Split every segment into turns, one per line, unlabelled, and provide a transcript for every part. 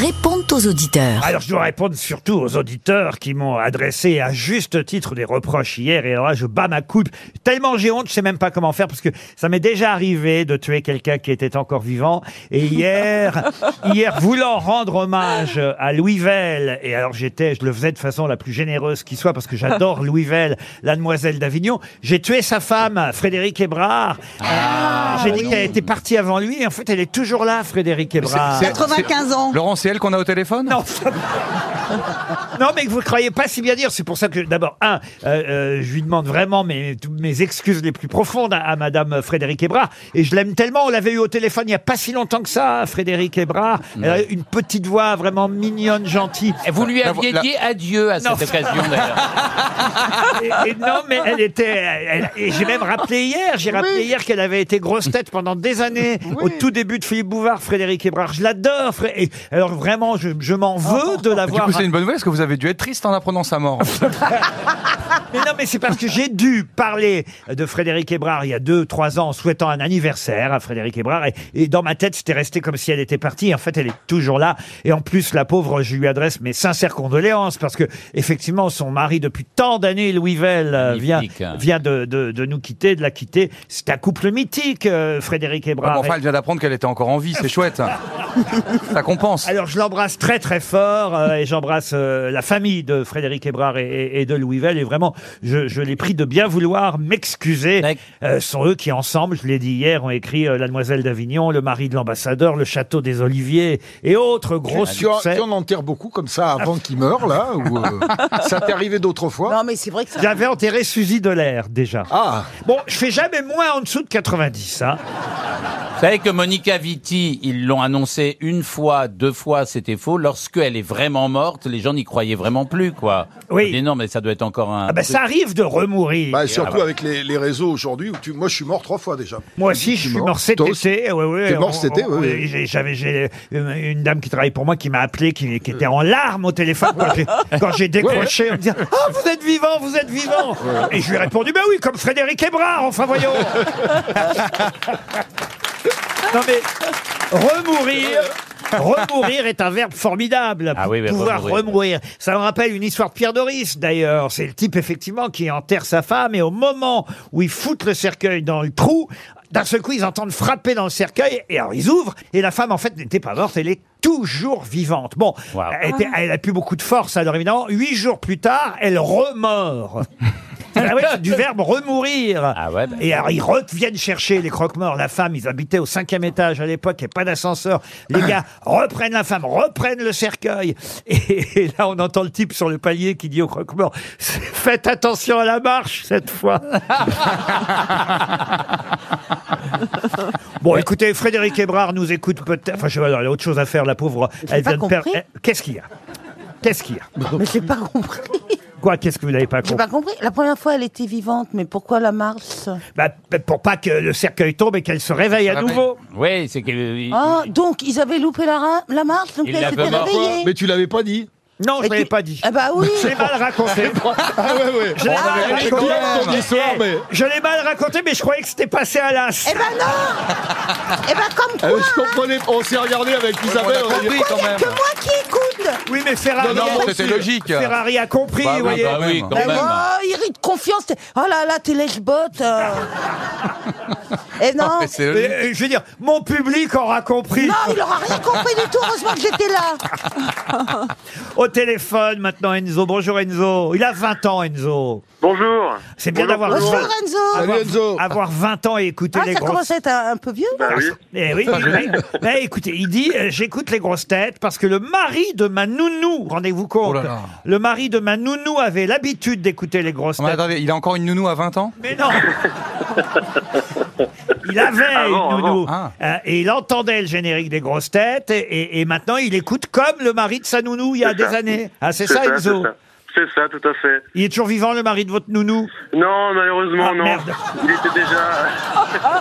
répondent aux auditeurs.
Alors, je dois répondre surtout aux auditeurs qui m'ont adressé à juste titre des reproches hier. Et alors là, je bats ma coupe. Tellement j'ai honte, je sais même pas comment faire parce que ça m'est déjà arrivé de tuer quelqu'un qui était encore vivant. Et hier, hier, voulant rendre hommage à Louis Vell, et alors j'étais, je le faisais de façon la plus généreuse qui soit parce que j'adore Louis Vell, la demoiselle d'Avignon, j'ai tué sa femme, Frédéric Hébrard.
Ah,
Euh, j'ai dit qu'elle était partie avant lui. Et en fait, elle est toujours là, Frédéric Hébrard.
c'est- 95 ans.
Laurent, c'est elle qu'on a au téléphone
Non. non, mais que vous ne croyez pas si bien dire. C'est pour ça que, d'abord, un, euh, euh, je lui demande vraiment mes, tous mes excuses les plus profondes à, à Madame Frédéric Hébrard. Et je l'aime tellement. On l'avait eu au téléphone il n'y a pas si longtemps que ça, Frédéric Hébrard. Elle a une petite voix vraiment mignonne, gentille.
Et Vous lui
La-
aviez
la-
dit adieu à
Non.
cette occasion d'ailleurs.
Et, et non, mais elle était. elle- et j'ai même rappelé hier, j'ai rappelé hier qu'elle avait été grosse tête pendant des années. Au tout début de Philippe Bouvard, Frédéric Hébrard. Je l'adore. Fré- et Alors vraiment, je, je m'en veux de
Du
l'avoir.
coup, c'est une bonne nouvelle parce que vous avez dû être triste en apprenant sa mort.
Mais non, mais c'est parce que j'ai dû parler de Frédéric Hébrard il y a deux, trois ans en souhaitant un anniversaire à Frédéric Hébrard. Et, et dans ma tête, c'était resté comme si elle était partie. Et en fait, elle est toujours là. Et en plus, la pauvre, je lui adresse mes sincères condoléances parce que, effectivement, son mari, depuis tant d'années, Louis Vell, euh, vient,
Magnifique, hein.
vient de, de- de nous quitter, de la quitter. C'est un couple mythique, euh, Frédéric
Bah, Bon,
Hébrard.
enfin, elle vient d'apprendre qu'elle était encore en vie, c'est chouette. Ça compense.
Alors je l'embrasse très très fort euh, et j'embrasse euh, la famille de Frédéric Hébrard et, et- et de Louis Vell et vraiment je, je les prie de bien vouloir m'excuser.
D'accord.
Euh, ce sont eux qui ensemble, je l'ai dit hier, ont écrit euh, La Demoiselle d'Avignon, Le Mari de l'Ambassadeur, Le Château des Oliviers et autres gros
Tu, en-
succès.
tu Ah, en enterres beaucoup comme ça avant qu'il meure, là ou, euh, Ça t'est arrivé d'autres fois
Non, mais c'est vrai que ça.
J'avais enterré Suzy Delair déjà.
Ah
Bon, je fais jamais moins en dessous de 90. Hein.
Vous savez que Monica Vitti, ils l'ont annoncé une fois, deux fois, c'était faux. Lorsqu'elle est vraiment morte, les gens n'y croyaient vraiment plus, quoi.
Oui.
On dit, non, mais ça doit être encore un.
Ah ben ça arrive de remourir.
bah, Surtout avec les, les réseaux aujourd'hui, où tu, moi je suis mort trois fois déjà.
Moi aussi, je suis mort cet
Toi aussi
été. Ouais, ouais,
T'es
on-
mort cet été,
on-
ouais.
oui, j'ai- J'avais j'ai une, une dame qui travaille pour moi qui m'a appelé, qui, qui était en larmes au téléphone quand j'ai- quand j'ai décroché en me disant « Ah, vous êtes vivant, vous êtes vivant Et je lui ai répondu « Ben oui, comme Frédéric Hébrard, enfin voyons !» Non mais, remourir... Remourir est un verbe formidable.
Ah oui, oui,
pouvoir
remourir.
remourir. Ça me rappelle une histoire de Pierre Doris, d'ailleurs. C'est le type, effectivement, qui enterre sa femme et au moment où ils foutent le cercueil dans le trou, d'un seul coup, ils entendent frapper dans le cercueil et alors ils ouvrent et la femme, en fait, n'était pas morte, elle est toujours vivante. Bon,
Wow.
elle, était- elle a plus beaucoup de force, alors évidemment, huit jours plus tard, elle remord. Ah ouais, c'est du verbe remourir.
Ah ouais, bah.
Et alors, ils reviennent chercher les croque-morts, la femme. Ils habitaient au cinquième étage à l'époque, il n'y a pas d'ascenseur. Les gars reprennent la femme, reprennent le cercueil. Et, et là, on entend le type sur le palier qui dit au croque-mort Faites attention à la marche cette fois. bon, écoutez, Frédéric Hébrard nous écoute peut-être. Enfin, je sais pas, elle a autre chose à faire, la pauvre. Elle
pas
vient de perdre.
compris
Eh, Qu'est-ce qu'il y a Qu'est-ce qu'il y a
Mais j'ai pas compris.
Quoi Qu'est-ce que vous n'avez pas
J'ai
compris
pas compris. La première fois, elle était vivante, mais pourquoi la marche
Bah, p- Pour pas que le cercueil tombe et qu'elle se réveille à
réveille.
nouveau.
Oui, c'est que. euh,
Ah, donc ils avaient loupé la, ra- la marche, donc
Ils
elle s'était
l'avaient mort.
réveillée.
Mais tu l'avais pas dit
Non, je
Et
ne l'avais
tu-
pas dit.
Ah bah oui.
Je l'ai mal raconté.
Ah ouais, ouais
Je l'ai mal
c'est
raconté.
clair, ton histoire,
Eh,
mais-
Je l'ai mal raconté, mais je croyais que c'était passé à l'as.
Eh ben non Eh ben comme
Ah
quoi
ouais, Je comprenais, on s'est regardé avec
On
Isabelle,
a
on a dit- Ah,
compris quand même.
Que moi qui écoute
Oui, mais Ferrari,
Non,
Non,
non,
c'était
aussi.
logique.
Ferrari a compris,
Bah oui,
vous voyez.
bah
Ah oui,
Quand
quand
Ben
même.
oh, il rit de confiance. t'es- Oh là là, t'es lèche-botte. euh. Eh non.
Ah, Mais
Mais,
c'est logique.
euh, je veux dire, mon public aura compris.
Non, il aura rien compris du tout. Heureusement que j'étais là.
Au téléphone maintenant, Enzo. Bonjour Enzo. Il a 20 ans, Enzo.
Bonjour.
C'est bien
Bonjour,
d'avoir
bonjour.
Bonsoir
avoir,
Ah,
Enzo.
Salut Enzo
avoir 20 ans et écouter
Ah,
les
ça
grosses
commence à être un, un peu vieux.
Bah oui.
Eh oui, mais- mais écoutez, il dit euh, j'écoute les grosses têtes parce que le mari de ma nounou, rendez-vous compte,
Oh là là.
le mari de ma nounou avait l'habitude d'écouter les grosses
Non, mais
têtes.
attendez, il a encore une nounou à 20 ans
Mais non Il avait
Avant,
une nounou
avant.
Euh, et il entendait le générique des grosses têtes et, et- et maintenant il écoute comme le mari de sa nounou il y a
C'est
des
ça.
années. Ah c'est ça, Enzo
C'est ça. C'est ça, tout à fait.
Il est toujours vivant le mari de votre nounou
Non, malheureusement,
Ah,
non.
merde.
Il était déjà.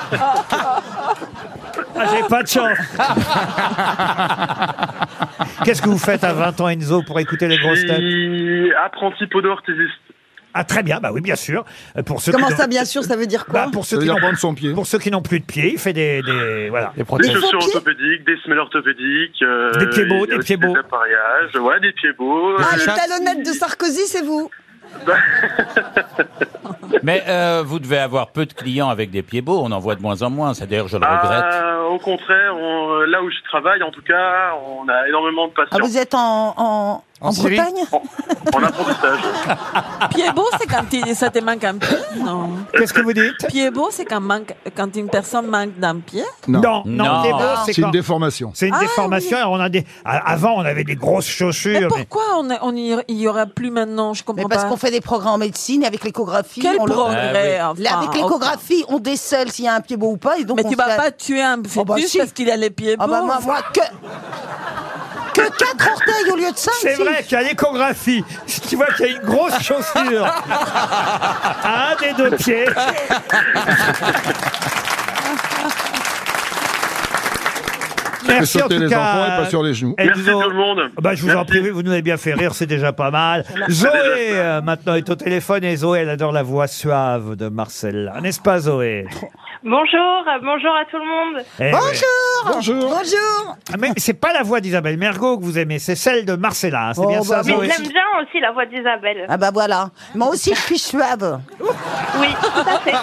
Ah j'ai pas de chance Qu'est-ce que vous faites à 20 ans Enzo pour écouter les
Je
grosses têtes
suis apprenti podorthésiste.
Ah très bien, bah oui, bien sûr. Euh, Pour ceux
Comment
qui n'ont-
ça, bien sûr, ça veut dire quoi
Bah, pour
Ça
ceux
veut
qui
dire
n'ont
prendre son pied.
pour ceux qui n'ont plus de pieds, il fait des, des- voilà.
Les
Des
prothèses.
faux
chaussures
pieds
orthopédiques, des semelles orthopédiques. euh,
Des pieds
il
beaux,
y a
des
aussi
pieds beaux.
Des appareillages, ouais, des pieds beaux.
Ah,
euh,
les talonnettes de Sarkozy, c'est vous
Mais euh, vous devez avoir peu de clients avec des pieds beaux. On en voit de moins en moins. Ça d'ailleurs, je le regrette.
ah, au contraire, on- euh, là où je travaille, en tout cas, on a énormément de
Ah,
patients.
vous êtes en, en,
En
en
Syrie
Bretagne
En apprentissage.
Pied beau, c'est quand il, ça te manque un pied, non
Qu'est-ce que vous dites
Pied beau, c'est quand, manque, quand une personne manque d'un pied.
Non.
Non, non,
Non.
des beaux, c'est
C'est une
quand-
déformation.
c'est une déformation. Alors, on a des... a- Avant, on avait des grosses
Mais
chaussures. mais-
pourquoi on, on y, il y aura plus maintenant Je
Mais
comprends
parce
pas.
qu'on fait des progrès en médecine, et avec l'échographie.
Quel
on le-
progrès
Ah
Là,
enfin,
Avec
ok.
l'échographie, on décèle s'il y a un pied beau ou pas. Et donc
Mais
on
tu
se
vas
la-
pas tuer un fœtus
Oh bah si.
parce qu'il a les pieds beaux.
Ah bah moi, moi, que. Que 4 orteils au lieu de 5
C'est vrai qu'à l'échographie, si tu vois qu'il y a une grosse chaussure à un des deux pieds. Merci en
sauter
tout
les enfants
cas.
et pas sur les genoux.
Merci
Enzo.
tout le monde.
Ah Bah, je vous en
Merci.
prie, vous nous avez bien fait rire, c'est déjà pas mal. Zoé, euh, maintenant, est au téléphone et Zoé, elle adore la voix suave de Marcel. N'est-ce pas, Zoé
Bonjour, euh, bonjour à tout le monde.
Eh oui.
Bonjour
Bonjour.
Bonjour
Ah, Mais c'est pas la voix d'Isabelle Mergot que vous aimez, c'est celle de Marcella. hein, C'est
Oh,
bien ça,
bah,
Mais
Zoé
j'aime bien aussi la voix d'Isabelle.
Ah bah voilà. Moi aussi, je suis suave.
Oui, tout à fait.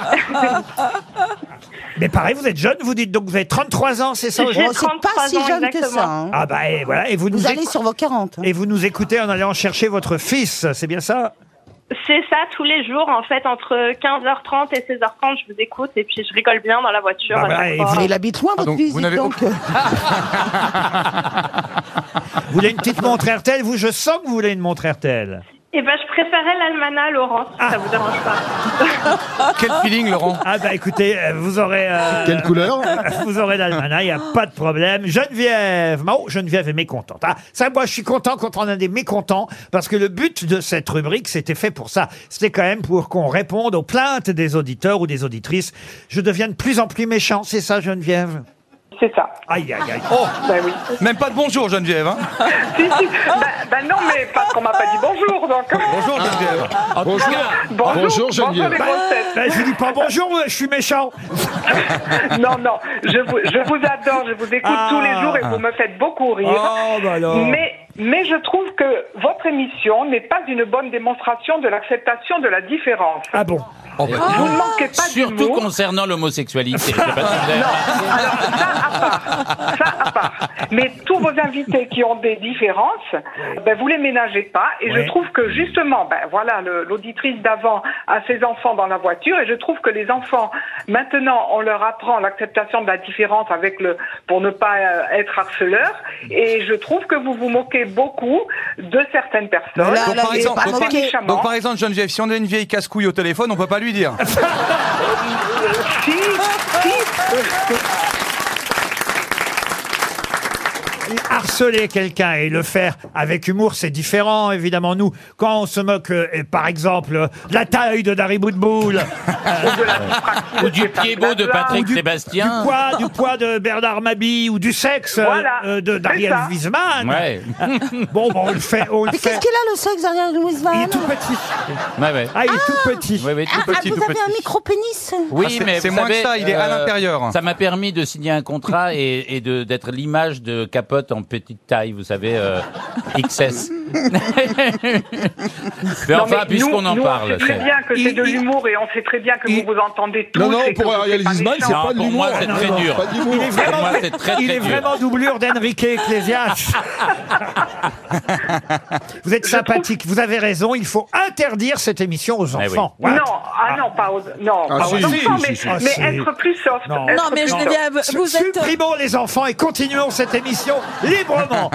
Mais pareil, vous êtes jeune, vous dites donc vous avez 33 ans, c'est ça
J'ai
aujourd'hui
Bon, c'est pas
33
si
ans
jeune que
exactement.
ça. hein.
Ah bah et voilà, et vous nous
Vous allez
éc-
sur vos 40. hein.
et vous nous écoutez en allant chercher votre fils, c'est bien ça
C'est ça, tous les jours, en fait, entre 15h30 et 16h30, je vous écoute et puis je rigole bien dans la voiture.
Bah,
Ah
à
bah,
chaque
et
fois.
vous-
Mais il habite loin, votre
donc,
musique,
vous n'avez
donc. euh,
Vous voulez une petite montre RTL Vous, je sens que vous voulez une montre RTL.
Eh ben, je préférais l'almanach, Laurent, si ça vous dérange pas.
Quel feeling, Laurent
Ah bah écoutez, euh, vous aurez euh,
Quelle couleur
vous aurez l'almanach, il n'y a pas de problème. Geneviève, oh, Geneviève est mécontente. Ah, ça, moi, je suis content quand on a des mécontents, parce que le but de cette rubrique, c'était fait pour ça. C'était quand même pour qu'on réponde aux plaintes des auditeurs ou des auditrices. Je deviens de plus en plus méchant, c'est ça, Geneviève
C'est ça.
Aïe, aïe, aïe.
Oh
Ben oui.
Même pas de bonjour, Geneviève. hein.
Si, si. Ben, ben non, mais parce qu'on m'a pas dit bonjour, donc. hein. Ah.
bonjour, Geneviève.
En tout
Bonjour.
cas,
Bonjour, Geneviève.
les grosses têtes.
Ben, je vous dis pas bonjour, je suis méchant.
Non, non, je vous, je vous adore, je vous écoute
Ah.
tous les jours et vous me faites beaucoup rire.
Oh, bah alors.
Mais, mais je trouve que votre émission n'est pas une bonne démonstration de l'acceptation de la différence.
Ah bon
Oh, bah,
vous ne manquez pas
euh, surtout
d'humour.
concernant l'homosexualité. Je sais pas si vous avez-
Alors, ça à part, ça à part. Mais tous vos invités qui ont des différences, ben, vous les ménagez pas. Et
Ouais.
je trouve que justement, ben voilà, le- l'auditrice d'avant a ses enfants dans la voiture, et je trouve que les enfants, maintenant, on leur apprend l'acceptation de la différence avec le, pour ne pas euh, être harceleur. Et je trouve que vous vous moquez beaucoup de certaines personnes.
Voilà,
donc,
là,
par
il est
exemple,
pas
donc, par-
moqué.
méchamment.
donc, par exemple, Geneviève, si on a une vieille casse-couille au téléphone, on peut pas lui dire.
Si, si,
harceler quelqu'un et le faire avec humour, c'est différent, évidemment. Nous, quand on se moque, euh, et par exemple, euh, de la taille de Dari Boudboul,
de la distraction,
Ou du
c'est pas
pied beau de
blabla.
Patrick
du
Sébastien.
poids, du poids de Bernard Mabille ou du sexe euh,
Voilà,
euh, de
c'est
Dariel
ça.
Wiesman.
Ouais,
Bon, bon, on le fait, on le
Mais
fait.
qu'est-ce qu'il a, le sexe derrière Louis Van
Il est tout petit.
ouais, ouais.
Ah, il est tout petit.
Oui, oui, tout
Ah, ah,
petit,
vous
tout
avez
petit.
un micro-pénis
Ah,
Oui,
c'est-
mais
c'est
vous
moins que
savez, euh,
ça, il est à l'intérieur.
Ça m'a permis de signer un contrat et, et de d'être l'image de Capote en petite taille, vous savez, euh, XS. mais
Non,
enfin,
mais
puisqu'on
nous-
en
nous,
parle,
On sait très
c'est-
bien que c'est
Il-
de
il-
l'humour et on sait très bien que
il-
vous vous entendez tous.
Non, non,
et que
pour
vous
Ariel
êtes pas
Wiesman, c'est
méchants.
pas de
pour
l'humour.
moi, c'est très
Non,
dur.
Pas
Ah, Il est
d'humour.
vraiment,
moi, c'est très,
il
très
est
dur.
vraiment doublure d'Enrique Ecclesias. vous êtes sympathique, vous avez raison, il faut interdire cette émission aux
Eh oui.
enfants. Voilà.
Non, ah, non, pas aux, non,
Ah,
pas
si,
aux
si,
enfants,
si,
mais,
si,
si.
mais
Ah, si.
être plus soft.
Non.
être
Non, mais
plus soft.
Geneviève, vous êtes.
Supprimons les enfants et continuons cette émission librement.